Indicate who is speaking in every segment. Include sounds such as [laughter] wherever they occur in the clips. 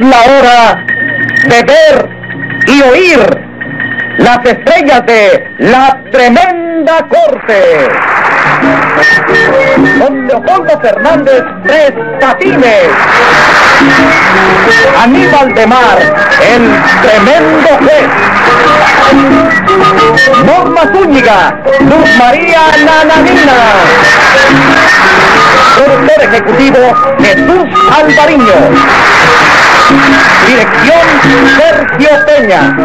Speaker 1: la hora de ver y oír las estrellas de la tremenda corte. Don Leopoldo Fernández Tres Patines. Aníbal de Mar, el tremendo juez. Norma Zúñiga, Luz María Nananina productor ejecutivo Jesús Alvariño. Dirección Sergio Peña.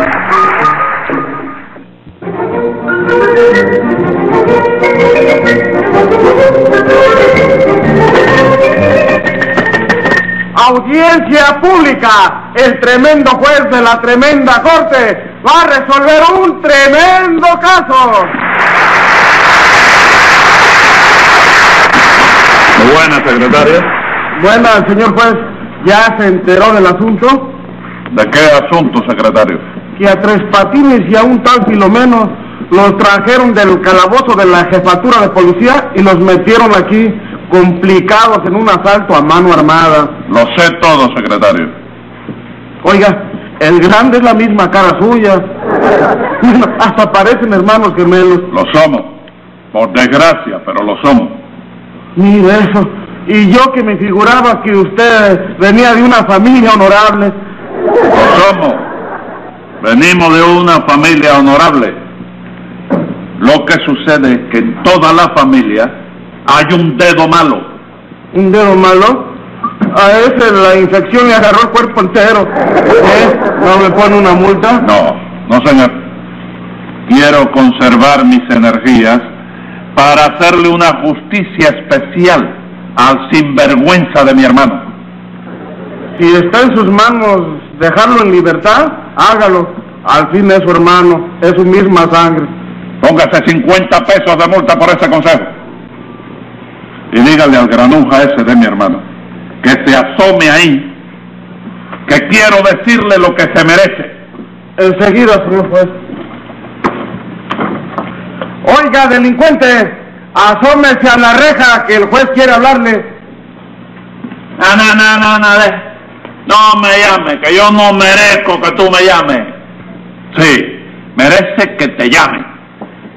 Speaker 2: Audiencia pública, el tremendo juez de la tremenda corte va a resolver un tremendo caso.
Speaker 3: Muy buena, secretaria.
Speaker 2: Buenas, señor juez, ¿ya se enteró del asunto?
Speaker 3: ¿De qué asunto, secretario?
Speaker 2: que a Tres Patines y a un tal Filomeno los trajeron del calabozo de la jefatura de policía y los metieron aquí complicados en un asalto a mano armada.
Speaker 3: Lo sé todo, secretario.
Speaker 2: Oiga, el grande es la misma cara suya. Bueno, hasta parecen hermanos gemelos.
Speaker 3: Lo somos. Por desgracia, pero lo somos.
Speaker 2: Mire eso. Y yo que me figuraba que usted venía de una familia honorable.
Speaker 3: Lo somos. Venimos de una familia honorable. Lo que sucede es que en toda la familia hay un dedo malo.
Speaker 2: ¿Un dedo malo? A ese la infección le agarró el cuerpo entero. ¿Eh? ¿No me pone una multa?
Speaker 3: No, no señor. Quiero conservar mis energías para hacerle una justicia especial al sinvergüenza de mi hermano.
Speaker 2: Si está en sus manos dejarlo en libertad, hágalo. Al fin es su hermano, es su misma sangre.
Speaker 3: Póngase 50 pesos de multa por ese consejo. Y dígale al granuja ese de mi hermano que se asome ahí, que quiero decirle lo que se merece.
Speaker 2: Enseguida, señor juez. Oiga, delincuente, asómese a la reja que el juez quiere hablarle.
Speaker 3: No, no, no, no, no, de- no me llame, que yo no merezco que tú me llames. Sí, merece que te llame,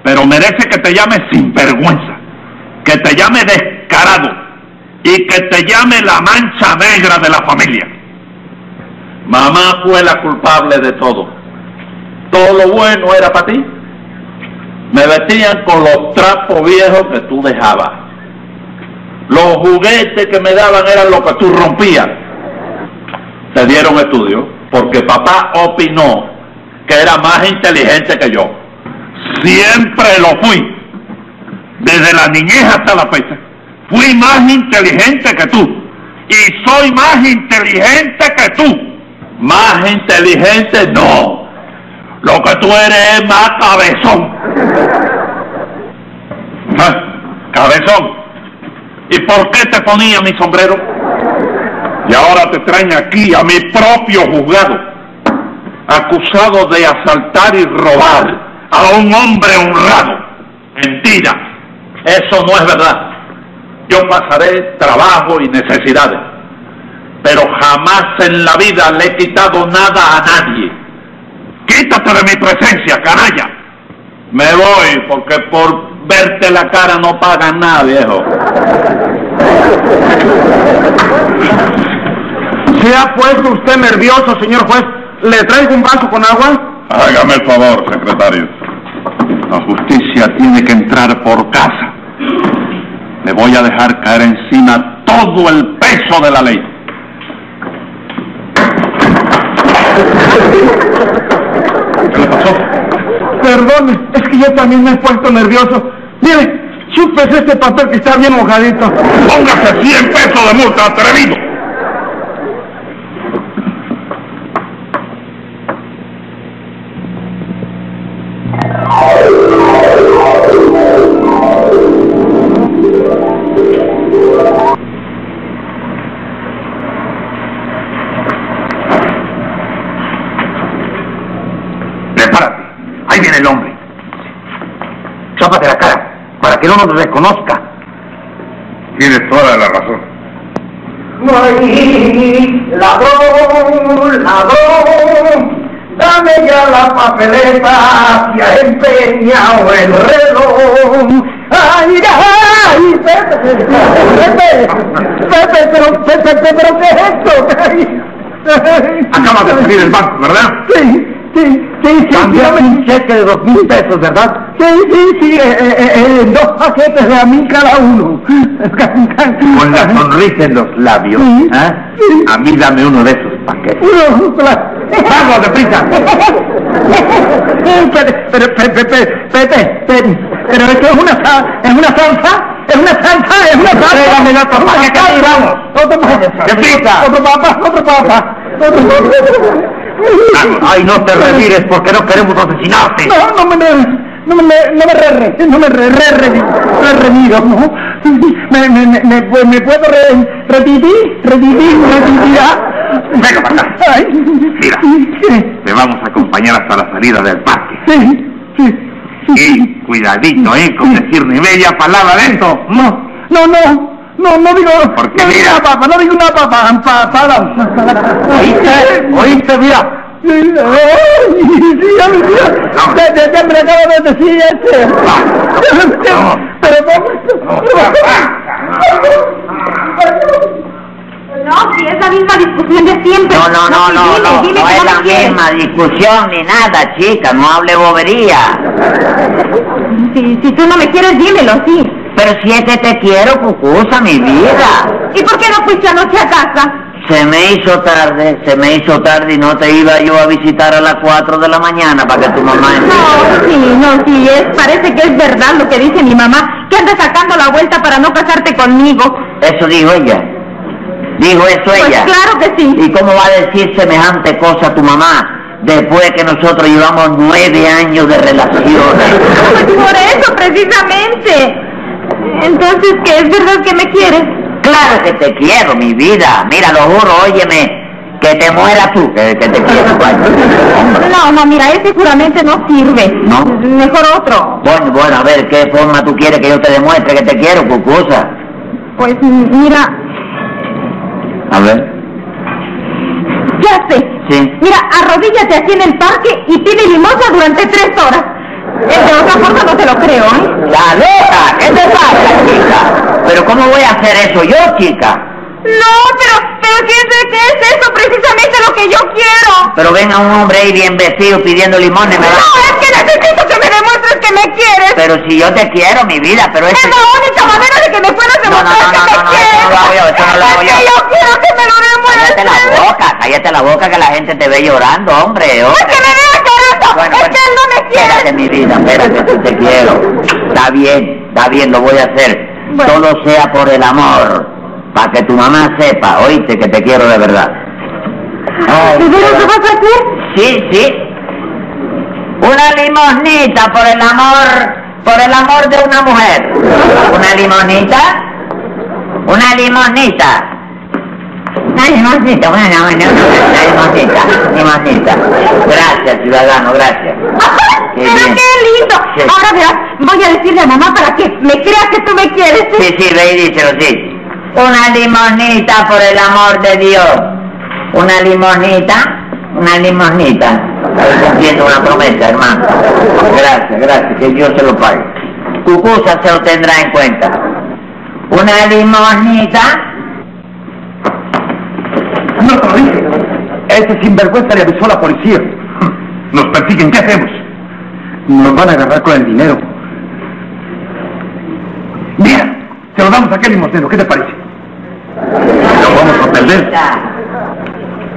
Speaker 3: pero merece que te llame sin vergüenza, que te llame descarado y que te llame la mancha negra de la familia. Mamá fue la culpable de todo. Todo lo bueno era para ti. Me vestían con los trapos viejos que tú dejabas. Los juguetes que me daban eran los que tú rompías. Te dieron estudio porque papá opinó que era más inteligente que yo. Siempre lo fui. Desde la niñez hasta la fecha. Fui más inteligente que tú. Y soy más inteligente que tú. Más inteligente no. Lo que tú eres es más cabezón. [laughs] Ah, Cabezón. ¿Y por qué te ponía mi sombrero? Y ahora te traen aquí a mi propio juzgado, acusado de asaltar y robar a un hombre honrado. Mentira, eso no es verdad. Yo pasaré trabajo y necesidades, pero jamás en la vida le he quitado nada a nadie. Quítate de mi presencia, canalla. Me voy porque por verte la cara no pagan nada, viejo.
Speaker 2: ¿Se ha puesto usted nervioso, señor juez? ¿Le traigo un vaso con agua?
Speaker 3: Hágame el favor, secretario. La justicia tiene que entrar por casa. Le voy a dejar caer encima todo el peso de la ley. ¿Qué le pasó?
Speaker 2: Perdone, es que yo también me he puesto nervioso. Mire, chúpese este papel que está bien mojadito.
Speaker 3: Póngase 100 pesos de multa, atrevido.
Speaker 4: Prepárate. Ahí viene el hombre. Chápate la cara para que no nos reconozca.
Speaker 3: Tienes toda la razón.
Speaker 1: ladrón,
Speaker 4: la papeleta se ha empeñado el reloj.
Speaker 1: ¡Ay, ay! Pepe, Pepe, Pepe, pero, Pepe, Pepe, pero ¿qué es esto? Ay.
Speaker 4: Acabas de salir del banco, ¿verdad?
Speaker 1: Sí, sí, sí, sí,
Speaker 4: Cambiaste
Speaker 1: dígame.
Speaker 4: un cheque de dos mil pesos, ¿verdad?
Speaker 1: Sí, sí, sí, eh, eh, eh, dos paquetes de a mil cada uno.
Speaker 4: Con la sonrisa en los labios.
Speaker 1: Sí.
Speaker 4: ¿ah?
Speaker 1: Sí.
Speaker 4: A mí dame uno de esos paquetes.
Speaker 1: Uno, la-
Speaker 4: ¡Vamos, deprisa!
Speaker 1: Pepe, pero, Pepe, Pepe, Pepe, Pepe, pero esto es una, sa- es una salsa, es una salsa, es una salsa.
Speaker 4: Entrégame la papaya, que ahí vamos.
Speaker 1: Otro papá,
Speaker 4: Deprisa.
Speaker 1: otro papá, otro papá, otro papá.
Speaker 4: Vamos. ¡Ay, no te revires porque no queremos asesinarte!
Speaker 1: No, no me, no me, no me re, re- no me re, re, re, re- reviro, no. Me, me, me, me, pu- me puedo re, revivir, revivir, retirar.
Speaker 4: Venga para acá.
Speaker 1: Ay.
Speaker 4: Mira.
Speaker 1: Sí,
Speaker 4: Te vamos a acompañar hasta la salida del parque.
Speaker 1: sí, sí, sí.
Speaker 4: Y cuidadito, ¿eh? Con decir ni media palabra de eso.
Speaker 1: No, no, no. No, no digo,
Speaker 4: Porque
Speaker 1: no digo
Speaker 4: mira.
Speaker 1: una papa, no digo una papa, pa, para.
Speaker 4: ¿Oíste? ¿Oíste? Mira.
Speaker 1: Sí, ay, sí, ya me dio.
Speaker 4: No.
Speaker 1: Ya, ya, ya me lo acabo de decir este.
Speaker 4: No.
Speaker 1: Pero vamos.
Speaker 5: No, si es la misma discusión de siempre.
Speaker 6: No, no, no, no,
Speaker 5: dile, dile
Speaker 6: no, no
Speaker 5: que
Speaker 6: es
Speaker 5: no
Speaker 6: la
Speaker 5: quieres.
Speaker 6: misma discusión ni nada, chica, no hable bobería.
Speaker 5: Si, si tú no me quieres, dímelo, sí.
Speaker 6: Pero si es que te quiero, cucusa, mi vida.
Speaker 5: ¿Y por qué no fuiste anoche a casa?
Speaker 6: Se me hizo tarde, se me hizo tarde y no te iba yo a visitar a las 4 de la mañana para que tu mamá...
Speaker 5: No, sí, no, sí, es, parece que es verdad lo que dice mi mamá, que anda sacando la vuelta para no casarte conmigo.
Speaker 6: Eso dijo ella. Dijo eso
Speaker 5: Pues
Speaker 6: ella.
Speaker 5: claro que sí.
Speaker 6: ¿Y cómo va a decir semejante cosa tu mamá después que nosotros llevamos nueve años de
Speaker 5: Pues
Speaker 6: relaciones?
Speaker 5: por eso, precisamente. Entonces, ¿qué es verdad que me quieres?
Speaker 6: Claro que te quiero, mi vida. Mira, lo juro, óyeme. Que te mueras tú, que, que te quiero. vaya.
Speaker 5: No, no, mira, ese juramento no sirve.
Speaker 6: ¿No?
Speaker 5: Mejor otro.
Speaker 6: Bueno, bueno, a ver, ¿qué forma tú quieres que yo te demuestre que te quiero, cucusa?
Speaker 5: Pues mira,
Speaker 6: A ver.
Speaker 5: ya sé.
Speaker 6: Sí.
Speaker 5: Mira, arrodíllate aquí en el parque y pide limosna durante tres horas. Es de otra forma no te lo creo, ¿eh?
Speaker 6: ¡La loca! ¿Qué te pasa, chica? ¿Pero cómo voy a hacer eso yo, chica?
Speaker 5: No, pero, pero ¿qué es, qué es eso? Precisamente lo que yo quiero.
Speaker 6: Pero venga un hombre ahí bien vestido pidiendo limones, me
Speaker 5: No,
Speaker 6: va...
Speaker 5: es que necesito que me demuestres que me quieres.
Speaker 6: Pero si yo te quiero, mi vida, pero es...
Speaker 5: Es la única manera de que me puedas
Speaker 6: No, no, no,
Speaker 5: demostrar que
Speaker 6: no,
Speaker 5: me
Speaker 6: no, no,
Speaker 5: quieres.
Speaker 6: eso no lo hago yo, eso no lo hago
Speaker 5: Es
Speaker 6: yo.
Speaker 5: que yo quiero que me lo
Speaker 6: Cállate la
Speaker 5: demuestres.
Speaker 6: boca, cállate la boca que la gente te ve llorando, hombre.
Speaker 5: Es
Speaker 6: hombre.
Speaker 5: que me vea queriendo.
Speaker 6: Bueno,
Speaker 5: es
Speaker 6: bueno.
Speaker 5: que él no me quiere.
Speaker 6: Espérate, mi vida, espérate, que te quiero. Está bien, está bien, lo voy a hacer.
Speaker 5: Bueno.
Speaker 6: Todo sea por el amor, para que tu mamá sepa, oíste, que te quiero de verdad. Ay,
Speaker 5: ¿De veras lo
Speaker 6: pero-
Speaker 5: vas a hacer?
Speaker 6: Sí, sí. Una limosnita, por el amor, por el amor de una mujer. Una limonita, una limonita. Una limonita, bueno, bueno, una limonita, limonita. Gracias, ciudadano, gracias.
Speaker 5: ¡Ajá!
Speaker 6: Qué
Speaker 5: ¡Pero
Speaker 6: bien.
Speaker 5: qué lindo!
Speaker 6: Sí.
Speaker 5: Ahora verás, voy a decirle a mamá para que me crea que tú me quieres. ¿sí?
Speaker 6: Sí, sí, ve y díselo, sí. Una limonita, por el amor de Dios. Una limonita, una limonita. Estás cumpliendo una promesa, hermano. Gracias, gracias, que Dios se lo pague. Cucusa se lo tendrá en cuenta. Una limonita.
Speaker 4: No te lo dije. Ese sinvergüenza le avisó a la policía. Nos persiguen, ¿qué hacemos? Nos van a agarrar con el dinero. Mira, se lo damos a aquel limosnero, ¿qué te parece? Lo vamos a perder.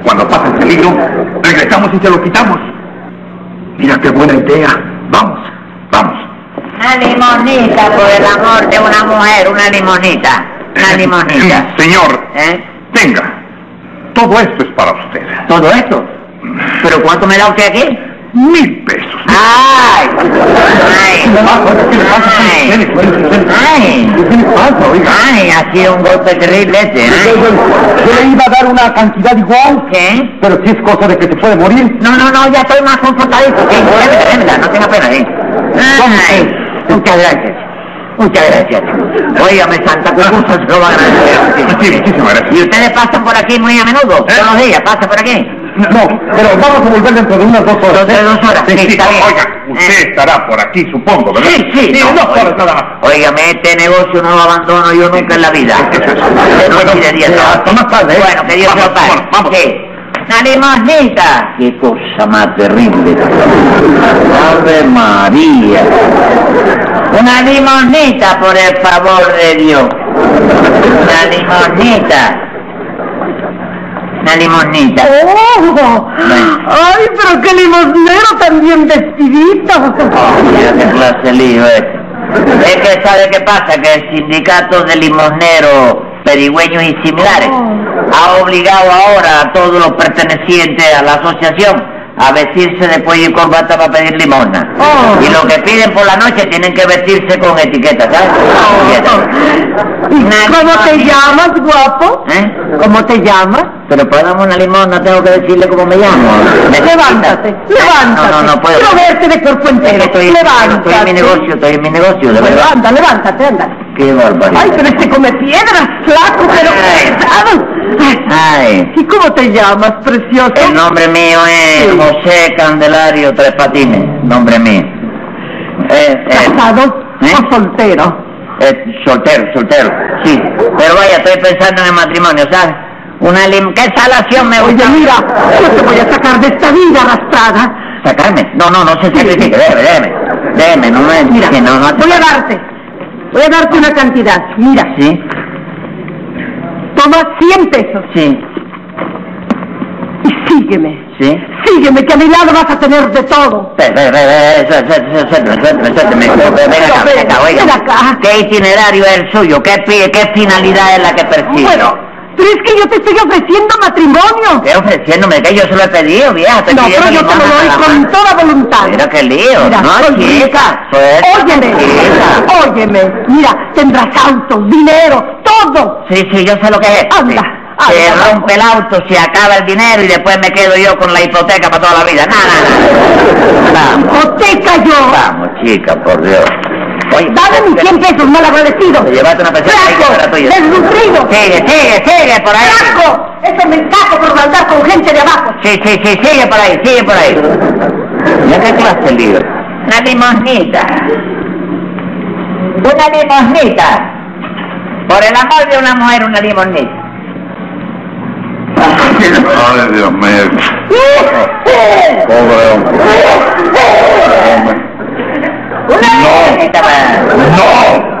Speaker 4: Cuando pase el peligro, regresamos y se lo quitamos. Mira qué buena idea. Vamos, vamos.
Speaker 6: Una limonita, por el amor de una mujer, una limonita. Una limonita.
Speaker 4: Señor,
Speaker 6: ¿Eh?
Speaker 4: tenga. Todo esto es para usted.
Speaker 6: ¿Todo esto? ¿Pero cuánto me da usted aquí?
Speaker 4: Mil pesos.
Speaker 6: ¡Ay! ¡Ay! ¡Ay! ¡Ay! ¡Ay! Ha sido un golpe terrible este, ¿eh?
Speaker 1: Yo le iba a dar una cantidad igual,
Speaker 6: ¿Qué?
Speaker 1: pero si es cosa de que se puede morir.
Speaker 6: No, no, no, ya estoy más confortadito. Sí, démela, démela, no tenga pena, ¿eh? ¡Ay! Muchas gracias. Muchas gracias. Óigame, Santa Cucusa, se lo va a agradecer.
Speaker 4: Sí, muchísimas gracias.
Speaker 6: ¿Y ustedes pasan por aquí muy a menudo?
Speaker 4: ¿Eh?
Speaker 6: Todos los días, pasan por aquí.
Speaker 3: No, pero vamos a volver dentro de unas dos horas.
Speaker 6: Dentro de dos horas, sí,
Speaker 3: sí,
Speaker 6: está bien.
Speaker 3: Oiga, usted estará por aquí, supongo, ¿verdad?
Speaker 6: Sí, sí,
Speaker 3: Sí,
Speaker 6: no,
Speaker 3: unas horas
Speaker 6: oiga.
Speaker 3: nada más.
Speaker 6: Óigame, este negocio no lo abandono yo nunca en la vida.
Speaker 3: Sí, sí, sí.
Speaker 6: No
Speaker 3: Bueno,
Speaker 6: quiere
Speaker 3: eh,
Speaker 6: trabajo.
Speaker 3: hasta más tarde, ¿eh?
Speaker 6: Bueno, que Dios
Speaker 3: Vamos,
Speaker 6: lo pague.
Speaker 3: vámonos, vamos.
Speaker 6: Sí. ¡Una limonita! ¡Qué cosa más terrible! ¡Ave María! ¡Una limonita, por el favor de Dios! ¡Una limonita! ¡Una limonita!
Speaker 5: ¡Oh! ¡Ay, pero qué limosnero tan bien vestidito!
Speaker 6: Mira qué clase de lío es. eh.
Speaker 5: [laughs]
Speaker 6: Es que sabe qué pasa, que el sindicato de limosneros, perigüeños y similares
Speaker 5: Oh.
Speaker 6: ha obligado ahora a todos los pertenecientes a la asociación a vestirse de cuello y corbata para pedir limosna.
Speaker 5: Oh.
Speaker 6: Y lo que piden por la noche tienen que vestirse con etiqueta, ¿sabes? Etiqueta.
Speaker 5: ¿Y
Speaker 6: Una
Speaker 5: cómo te
Speaker 6: limonita.
Speaker 5: llamas, guapo?
Speaker 6: ¿Eh?
Speaker 5: ¿Cómo te llamas?
Speaker 6: Pero para darme una limosna tengo que decirle cómo me llamo.
Speaker 5: Levántate, levántate.
Speaker 6: No, no, no puedo.
Speaker 5: Quiero verte de cuerpo
Speaker 6: Es
Speaker 5: entero.
Speaker 6: que estoy,
Speaker 5: levántate.
Speaker 6: estoy en mi negocio, estoy en mi negocio, de
Speaker 5: Pues
Speaker 6: verdad.
Speaker 5: anda, levántate, anda.
Speaker 6: Qué barbaridad.
Speaker 5: Ay, pero este come piedras, flaco, pero
Speaker 6: Ay.
Speaker 5: pesado. Ay,
Speaker 6: Ay,
Speaker 5: ¿Y cómo te llamas, precioso?
Speaker 6: el nombre mío es
Speaker 5: Sí.
Speaker 6: José Candelario Tres Patines, nombre mío. Eh, eh,
Speaker 5: ¿Casado
Speaker 6: ¿Eh?
Speaker 5: o soltero?
Speaker 6: eh, soltero, soltero, sí. Pero vaya, estoy pensando en el matrimonio, ¿sabes? Una lim... ¿Qué salación me
Speaker 5: Oye,
Speaker 6: gusta?
Speaker 5: mira, yo te voy a sacar de esta vida arrastrada.
Speaker 6: Sacarme. No, no, no se sacrifique, déjeme, déjeme. Déjeme, no me...
Speaker 5: Mira,
Speaker 6: que no, no...
Speaker 5: voy a darte, voy a darte una cantidad. Mira,
Speaker 6: Sí,
Speaker 5: toma 100 pesos
Speaker 6: sí,
Speaker 5: y sígueme.
Speaker 6: sí.
Speaker 5: Sígueme, que a mi lado vas a tener de todo.
Speaker 6: Ve, ve, ve, ve, se- se- se- se- se- se- se- me- ve- ve- Ven acá, ven acá, oiga.
Speaker 5: Ven acá.
Speaker 6: ¿Qué itinerario es el suyo? ¿Qué, pi- qué finalidad es la que persigue?
Speaker 5: Bueno, pero es que yo te estoy ofreciendo matrimonio.
Speaker 6: Estoy ofreciéndome que yo se lo he pedido, vieja. te
Speaker 5: No,
Speaker 6: pidiendo
Speaker 5: pero yo te lo
Speaker 6: limosna
Speaker 5: doy
Speaker 6: nada
Speaker 5: con
Speaker 6: más.
Speaker 5: toda voluntad.
Speaker 6: Mira qué lío.
Speaker 5: Mira,
Speaker 6: no,
Speaker 5: soy
Speaker 6: chica.
Speaker 5: rica.
Speaker 6: suelta,
Speaker 5: Óyeme,
Speaker 6: chica.
Speaker 5: óyeme, mira, tendrás auto, dinero, todo.
Speaker 6: Sí, sí, yo sé lo que es. esto,
Speaker 5: Anda,
Speaker 6: sí.
Speaker 5: anda,
Speaker 6: se
Speaker 5: vamos.
Speaker 6: rompe el auto, se acaba el dinero y después me quedo yo con la hipoteca para toda la vida. Nada, nada. Vamos,
Speaker 5: Hipoteca yo.
Speaker 6: vamos, chica, por Dios. Oye,
Speaker 5: Dame mis 100 pesos, mal agradecido.
Speaker 6: Te llevaste una persona ahí que no era
Speaker 5: Flaco,
Speaker 6: tuya.
Speaker 5: desnutrido.
Speaker 6: Sigue, sigue, sigue por ahí.
Speaker 5: Flaco, eso me encajo por andar con gente de abajo.
Speaker 6: Sí, sí, sí, sigue por ahí, sigue por ahí. Mira qué clase de lío. Una limosnita. Una limosnita. Por el amor de una mujer, una limosnita.
Speaker 3: Ay, Dios mío. Pobre hombre.
Speaker 6: Una
Speaker 3: No.
Speaker 6: limosnita para...
Speaker 3: ¡No!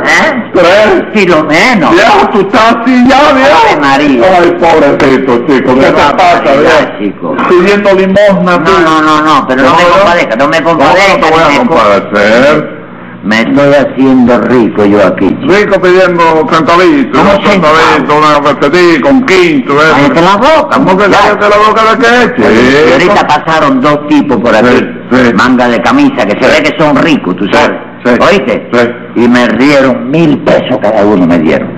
Speaker 6: ¿Eh?
Speaker 3: ¿Crees?
Speaker 6: Filomeno.
Speaker 3: Ya, tú estás así, ya,
Speaker 6: Ave
Speaker 3: viejo.
Speaker 6: María.
Speaker 3: Ay, pobrecito, chico, ¿qué
Speaker 6: Qué
Speaker 3: te pasa,
Speaker 6: barbaridad,
Speaker 3: viejo?
Speaker 6: chico.
Speaker 3: Pidiendo limosna, tú.
Speaker 6: No, no, no, no, pero no me
Speaker 3: ¿Cómo no?
Speaker 6: compadezca, no me
Speaker 3: No,
Speaker 6: compadezca.
Speaker 3: no te voy a
Speaker 6: me-
Speaker 3: compadecer.
Speaker 6: Me estoy haciendo rico yo aquí, chico.
Speaker 3: Rico pidiendo centavitos,
Speaker 6: ¿Cómo
Speaker 3: un centavito, una cafetería con quinto, eso.
Speaker 6: Cállate la boca.
Speaker 3: ¿Cómo que
Speaker 6: Ya.
Speaker 3: cállate la boca de qué, chico?
Speaker 6: Y ahorita pasaron dos tipos por aquí,
Speaker 3: ¿Eh? Sí, sí.
Speaker 6: manga de camisa, que se ve que son ricos, tú sabes.
Speaker 3: Sí, sí.
Speaker 6: ¿Oíste?
Speaker 3: Sí.
Speaker 6: Y me dieron mil pesos cada uno, me dieron.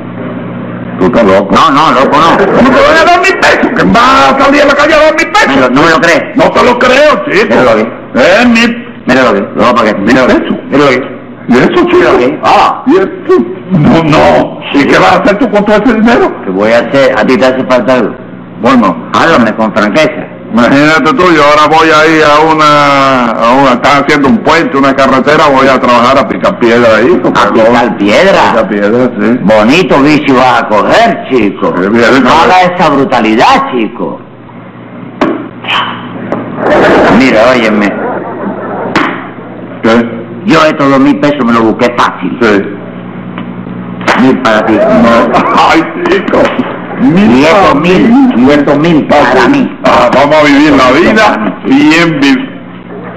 Speaker 3: Tú estás loco.
Speaker 6: No, no, loco,
Speaker 3: ¿Cómo
Speaker 6: no.
Speaker 3: te van a dar mil pesos? ¿Que va a salir a la calle a dar mil
Speaker 6: Me
Speaker 3: pesos?
Speaker 6: lo- no me lo crees.
Speaker 3: No te lo creo, chico.
Speaker 6: Míralo aquí.
Speaker 3: Eh, mil
Speaker 6: Míralo aquí, lo voy a pagar. Míralo aquí.
Speaker 3: pesos.
Speaker 6: Míralo aquí.
Speaker 3: ¿Y eso,
Speaker 6: Míralo
Speaker 3: chico?
Speaker 6: aquí. Ah,
Speaker 3: ¿Y eso? No, no. ¿Y qué vas a hacer tú con todo ese dinero?
Speaker 6: ¿qué voy a hacer? A ti te hace falta algo. Bueno, háblame con franqueza.
Speaker 3: Imagínate tú, yo ahora voy ahí a una, a una, están haciendo un puente, una carretera, voy a trabajar a picar piedra ahí. con
Speaker 6: A
Speaker 3: calor.
Speaker 6: picar piedra.
Speaker 3: Picar piedra, sí.
Speaker 6: Bonito vicio vas a coger, chico.
Speaker 3: Sí, bien,
Speaker 6: No
Speaker 3: claro.
Speaker 6: hagas esa brutalidad, chico. Mira, óyeme.
Speaker 3: ¿Qué?
Speaker 6: Yo estos dos mil pesos me lo busqué fácil.
Speaker 3: Sí.
Speaker 6: Mil para ti.
Speaker 3: Ay, chico.
Speaker 6: Y estos mil, y estos mil para mí.
Speaker 3: Ah, vamos a vivir la vida bien vivida.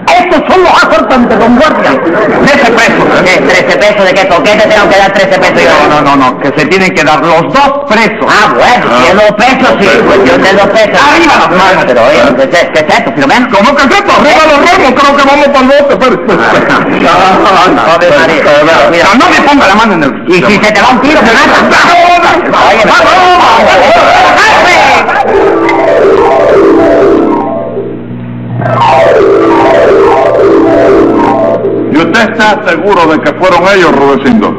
Speaker 6: Estos son los acortantes, don guardia. Trece pesos. ¿Qué? ¿Trece pesos de qué? ¿Por qué te tengo que dar trece pesos yo?
Speaker 3: no, no, no, que se tienen que dar los dos presos.
Speaker 6: Ah, bueno,
Speaker 3: Ah.
Speaker 6: si es dos pesos, sí,
Speaker 3: Dos
Speaker 6: pues yo te dos pesos.
Speaker 3: Arriba las manos.
Speaker 6: Pero, oye, ¿qué es- ¿qué es esto, Filomeno?
Speaker 3: ¿Cómo que es esto? Arriba los remos, creo que vamos para el bote. espere, espere. Ah,
Speaker 6: Ave María.
Speaker 3: espere, espere. No me ponga la mano en el...
Speaker 6: Y si se te va un tiro, Fernando. Oye,
Speaker 3: ¿Y usted está seguro de que fueron ellos, Rudecindo?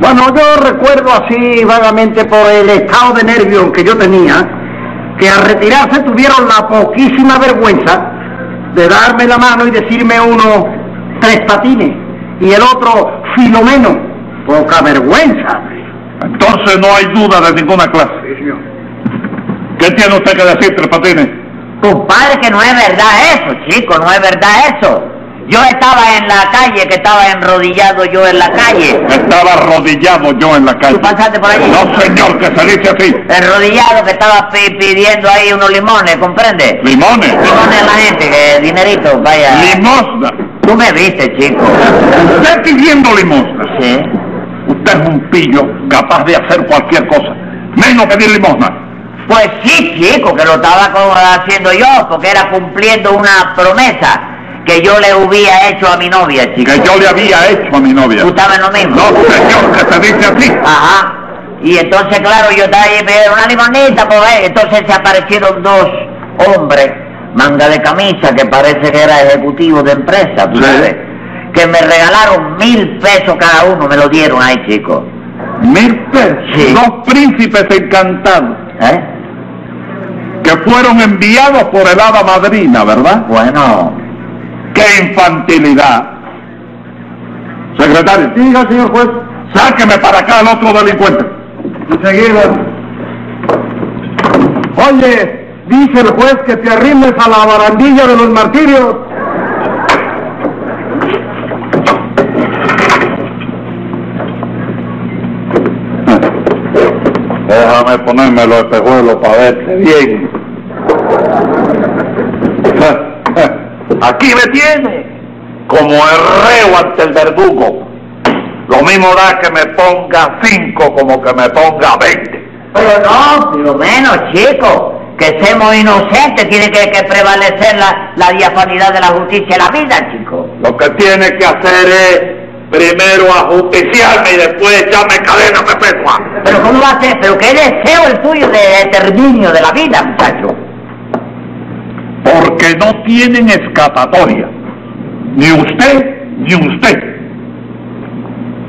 Speaker 7: Bueno, yo recuerdo así vagamente por el estado de nervio que yo tenía,
Speaker 1: que al retirarse tuvieron la poquísima vergüenza de darme la mano y decirme uno tres patines y el otro filomeno. Poca vergüenza.
Speaker 3: Entonces no hay duda de ninguna clase. ¿Qué tiene usted que decir, Tres Patines?
Speaker 6: Compadre, que no es verdad eso, chico, no es verdad eso. Yo estaba en la calle, que estaba enrodillado yo en la calle.
Speaker 3: Estaba arrodillado yo en la calle.
Speaker 6: ¿Tú pasaste por allí?
Speaker 3: No, señor, que se dice así.
Speaker 6: Enrodillado que estaba pi- pidiendo ahí unos limones, ¿comprende?
Speaker 3: Limones.
Speaker 6: Limones a la gente, que dinerito, vaya.
Speaker 3: Limosna.
Speaker 6: Tú me viste, chico.
Speaker 3: Usted pidiendo limosna.
Speaker 6: Sí.
Speaker 3: Usted es un pillo capaz de hacer cualquier cosa. Menos pedir limosna.
Speaker 6: Pues sí, chico, que lo estaba co- haciendo yo, porque era cumpliendo una promesa que yo le hubiera hecho a mi novia, chico.
Speaker 3: Que yo le había hecho a mi novia.
Speaker 6: ¿Tú estabas en lo mismo?
Speaker 3: No, señor, que se dice así.
Speaker 6: Ajá. Y entonces, claro, yo estaba ahí pidiendo una limonita, pues eh, entonces se aparecieron dos hombres, manga de camisa, que parece que era ejecutivo de empresa, tú
Speaker 3: Sí.
Speaker 6: sabes, que me regalaron mil pesos cada uno, me lo dieron ahí, chico.
Speaker 3: Mil pesos.
Speaker 6: Sí.
Speaker 3: Dos príncipes encantados
Speaker 6: ¿Eh?
Speaker 3: que fueron enviados por el hada madrina, ¿verdad?
Speaker 6: Bueno,
Speaker 3: ¡Qué infantilidad! Secretario,
Speaker 2: Diga, señor juez.
Speaker 3: sáqueme para acá al otro delincuente.
Speaker 2: Enseguida. Oye, dice el juez que te arrimes a la barandilla de los martirios.
Speaker 3: Déjame este ponerme los espejuelos para verte bien.
Speaker 2: [laughs]
Speaker 3: Aquí me tiene, como el reo ante el verdugo. Lo mismo da que me ponga cinco como que me ponga veinte.
Speaker 6: pero no, por lo menos, chico, que seamos inocentes, tiene que, que prevalecer la, la diafanidad de la justicia en la vida, chico.
Speaker 3: Lo que tiene que hacer es primero ajusticiarme y después echarme cadena perpetua.
Speaker 6: Pero ¿cómo va a ser? Pero qué deseo el tuyo de, de terminio de la vida, muchacho.
Speaker 3: Porque no tienen escapatoria. Ni usted, ni usted.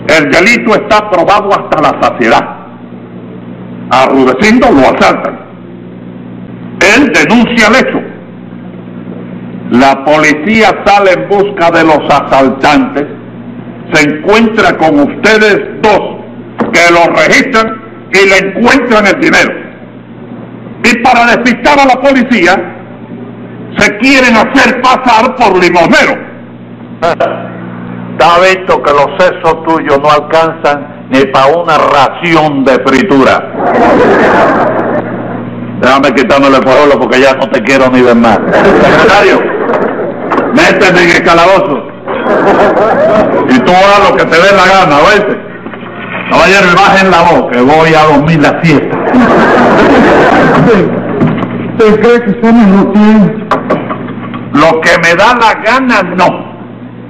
Speaker 3: El delito está probado hasta la saciedad. A Rudecindo lo asaltan. Él denuncia el hecho. La policía sale en busca de los asaltantes. Se encuentra con ustedes dos que lo registran y le encuentran el dinero. Y para despistar a la policía, se quieren hacer pasar por limonero. [laughs] Está visto que los sesos tuyos no alcanzan ni para una ración de fritura. [laughs] Déjame quitarme el espejuelo porque ya no te quiero ni ver más. Secretario, métete en el calabozo. Y tú haz lo que te dé la gana, ¿oíste? Caballero, y bajen la voz, que voy a dormir la siesta.
Speaker 1: ¿Usted cree que usted me lo tiene?
Speaker 3: Lo que me da la gana, no.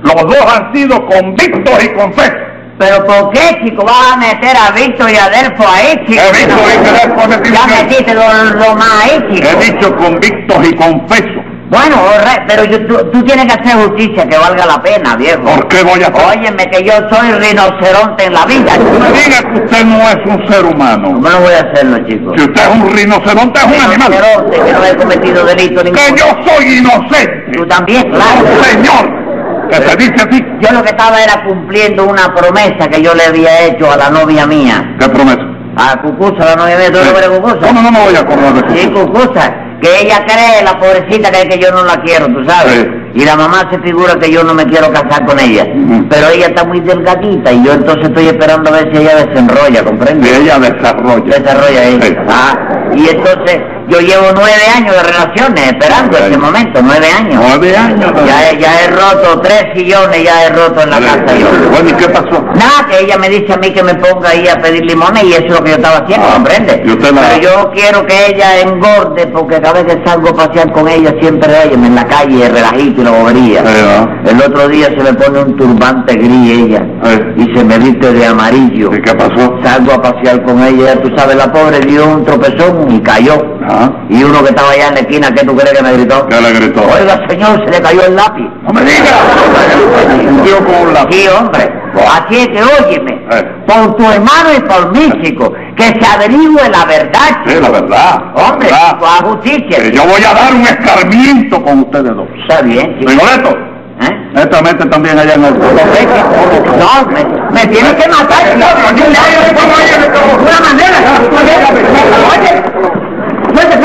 Speaker 3: Los dos han sido convictos y confesos.
Speaker 6: Pero ¿por qué, chico? Vas a meter a Víctor y a Delfo ahí, chico.
Speaker 3: He visto que querés poner
Speaker 6: Ya
Speaker 3: prisión.
Speaker 6: metiste los lo más ahí, chico.
Speaker 3: He dicho convictos y confesos.
Speaker 6: Bueno, horre- pero yo- tú, tú tienes que hacer justicia que valga la pena, viejo.
Speaker 3: ¿Por qué voy a hacer?
Speaker 6: Óyeme, que yo soy rinoceronte en la vida,
Speaker 3: No me
Speaker 6: chico.
Speaker 3: diga que usted no es un ser humano.
Speaker 6: No voy a hacerlo, chico.
Speaker 3: Si usted es un rinoceronte, es un animal.
Speaker 6: Rinoceronte, que no he cometido delito
Speaker 3: Que
Speaker 6: ninguno.
Speaker 3: yo soy inocente.
Speaker 6: Tú también, claro.
Speaker 3: Señor, que se dice así.
Speaker 6: Yo lo que estaba era cumpliendo una promesa que yo le había hecho a la novia mía.
Speaker 3: Te prometo. Eh,
Speaker 6: A Cucusa, la novia mía, ¿tú no eres Cucusa?
Speaker 3: No, no, no me voy a acordar de
Speaker 6: Sí,
Speaker 3: eso.
Speaker 6: Cucusa, que ella cree, la pobrecita cree que yo no la quiero, tú sabes.
Speaker 3: Sí.
Speaker 6: Y la mamá se figura que yo no me quiero casar con ella.
Speaker 3: Ujú.
Speaker 6: Pero ella está muy delgadita y yo entonces estoy esperando a ver si ella desenrolla,
Speaker 3: Y
Speaker 6: ¿comprende?
Speaker 3: ella desarrolla.
Speaker 6: Desarrolla ella.
Speaker 3: Sí.
Speaker 6: Ah, y entonces yo llevo nueve años de relaciones esperando
Speaker 3: Sí.
Speaker 6: este momento, nueve años.
Speaker 3: Nueve años. ¿no?
Speaker 6: Ya, he- ya he roto tres sillones, ya he roto en la casa yo.
Speaker 3: Eh, Bueno, ¿y qué pasó?
Speaker 6: Nada, que ella me dice a mí que me ponga ahí a pedir limones y eso es lo que yo estaba haciendo,
Speaker 3: Ah,
Speaker 6: ¿comprende?
Speaker 3: y usted la-
Speaker 6: Pero yo quiero que ella engorde porque cada vez que salgo a pasear con ella siempre hay en la calle, relajito y la bobería.
Speaker 3: Eh,
Speaker 6: El otro día se me pone un turbante gris ella
Speaker 3: Eh.
Speaker 6: y se me viste de amarillo.
Speaker 3: ¿Y qué pasó?
Speaker 6: Salgo a pasear con ella, ya tú sabes, la pobre dio un tropezón y cayó.
Speaker 3: Ah,
Speaker 6: Y uno que estaba allá en la esquina, ¿qué tú crees que me gritó?
Speaker 3: ¿Qué le gritó?
Speaker 6: Oiga, señor, se le cayó el lápiz.
Speaker 3: ¡No me diga! Un tío con la...
Speaker 6: Sí, hombre. Así es que óyeme,
Speaker 3: Eh.
Speaker 6: por tu hermano y por mí, chico, que se averigüe la verdad,
Speaker 3: Sí,
Speaker 6: chico.
Speaker 3: la verdad. la
Speaker 6: Hombre,
Speaker 3: verdad.
Speaker 6: a justicia.
Speaker 3: Que
Speaker 6: chico.
Speaker 3: yo voy a dar un escarmiento con ustedes dos.
Speaker 6: Está bien, chico.
Speaker 3: Rigoleto,
Speaker 6: ¿Eh?
Speaker 3: netamente también allá en el...
Speaker 6: No, me, me tienes que matar.
Speaker 3: No, no, yo-
Speaker 6: De una manera. Oye, fuerte, fuerte.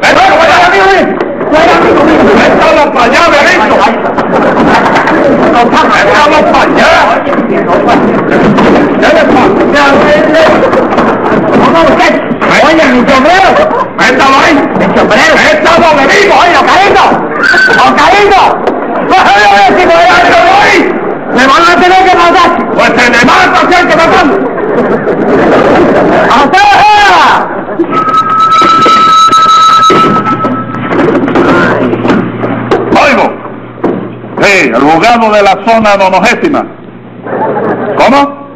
Speaker 3: ¡Métalo para allá, Benito! ¡Métalo para allá! ¿Qué le
Speaker 6: ¿Cómo usted?
Speaker 3: pasa?
Speaker 6: Oye, mi sombrero.
Speaker 3: ¡Métalo ahí!
Speaker 6: Mi sombrero.
Speaker 3: ¡Métalo, Benito! ¡Oye,
Speaker 6: ¡Ocaíno! ¡Bájame a ver si me voy a
Speaker 3: métalo ahí!
Speaker 6: ¡Me van a tener que matar!
Speaker 3: ¡Pues se le mata, si hay que matarlo!
Speaker 6: ¡Hasta
Speaker 3: Oigo. Sí, el juzgado de la zona nonogésima. ¿Cómo?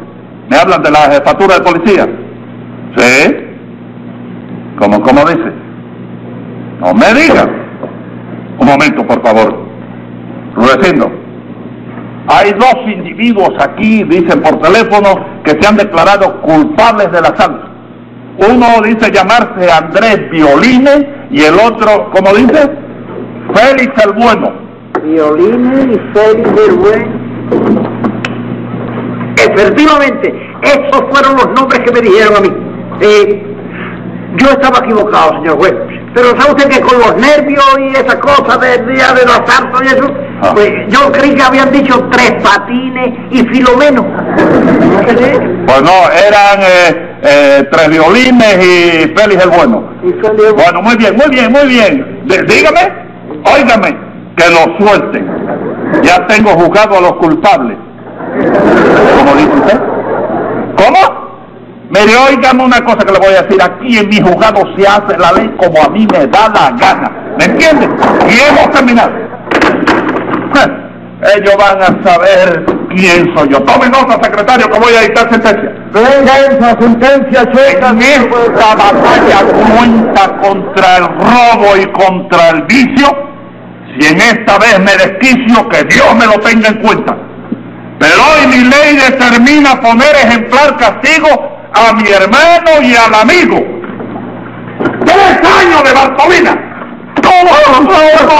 Speaker 3: ¿Me hablan de la jefatura de policía? Sí. ¿Cómo, cómo dice? No me diga. Un momento, por favor. Rudecindo. Hay dos individuos aquí, dicen por teléfono, que se han declarado culpables del asalto. Uno dice llamarse Andrés Violines y el otro, ¿cómo dice? Félix el Bueno.
Speaker 5: Violines y Félix del Buen. Efectivamente, esos fueron los nombres que me dijeron a mí. Eh, yo estaba equivocado, señor juez. Pero sabe usted que con los nervios y esa cosa del día de los santos y eso,
Speaker 3: Ah.
Speaker 5: pues yo creí que habían dicho tres patines y filomeno.
Speaker 3: Pues no, eran eh, eh, Tres Violines y Félix el Bueno. Bueno, muy bien, muy bien, muy bien. De- dígame, óigame, que lo suelten. Ya tengo juzgado a los culpables. ¿Cómo dice usted? ¿Cómo? Mire, óigame una cosa que le voy a decir. Aquí en mi juzgado se hace la ley como a mí me da la gana. ¿Me entiende? Y hemos terminado. [laughs] Ellos van a saber quién soy yo. Tome nota, secretario, que voy a dictar sentencia.
Speaker 8: Venga esa sentencia, chueca.
Speaker 3: En esta batalla cuenta contra el robo y contra el vicio, si en esta vez me desquicio, que Dios me lo tenga en cuenta. Pero hoy mi ley determina poner ejemplar castigo a mi hermano y al amigo. ¡Tres años de Bartolina! ¡Todos los robos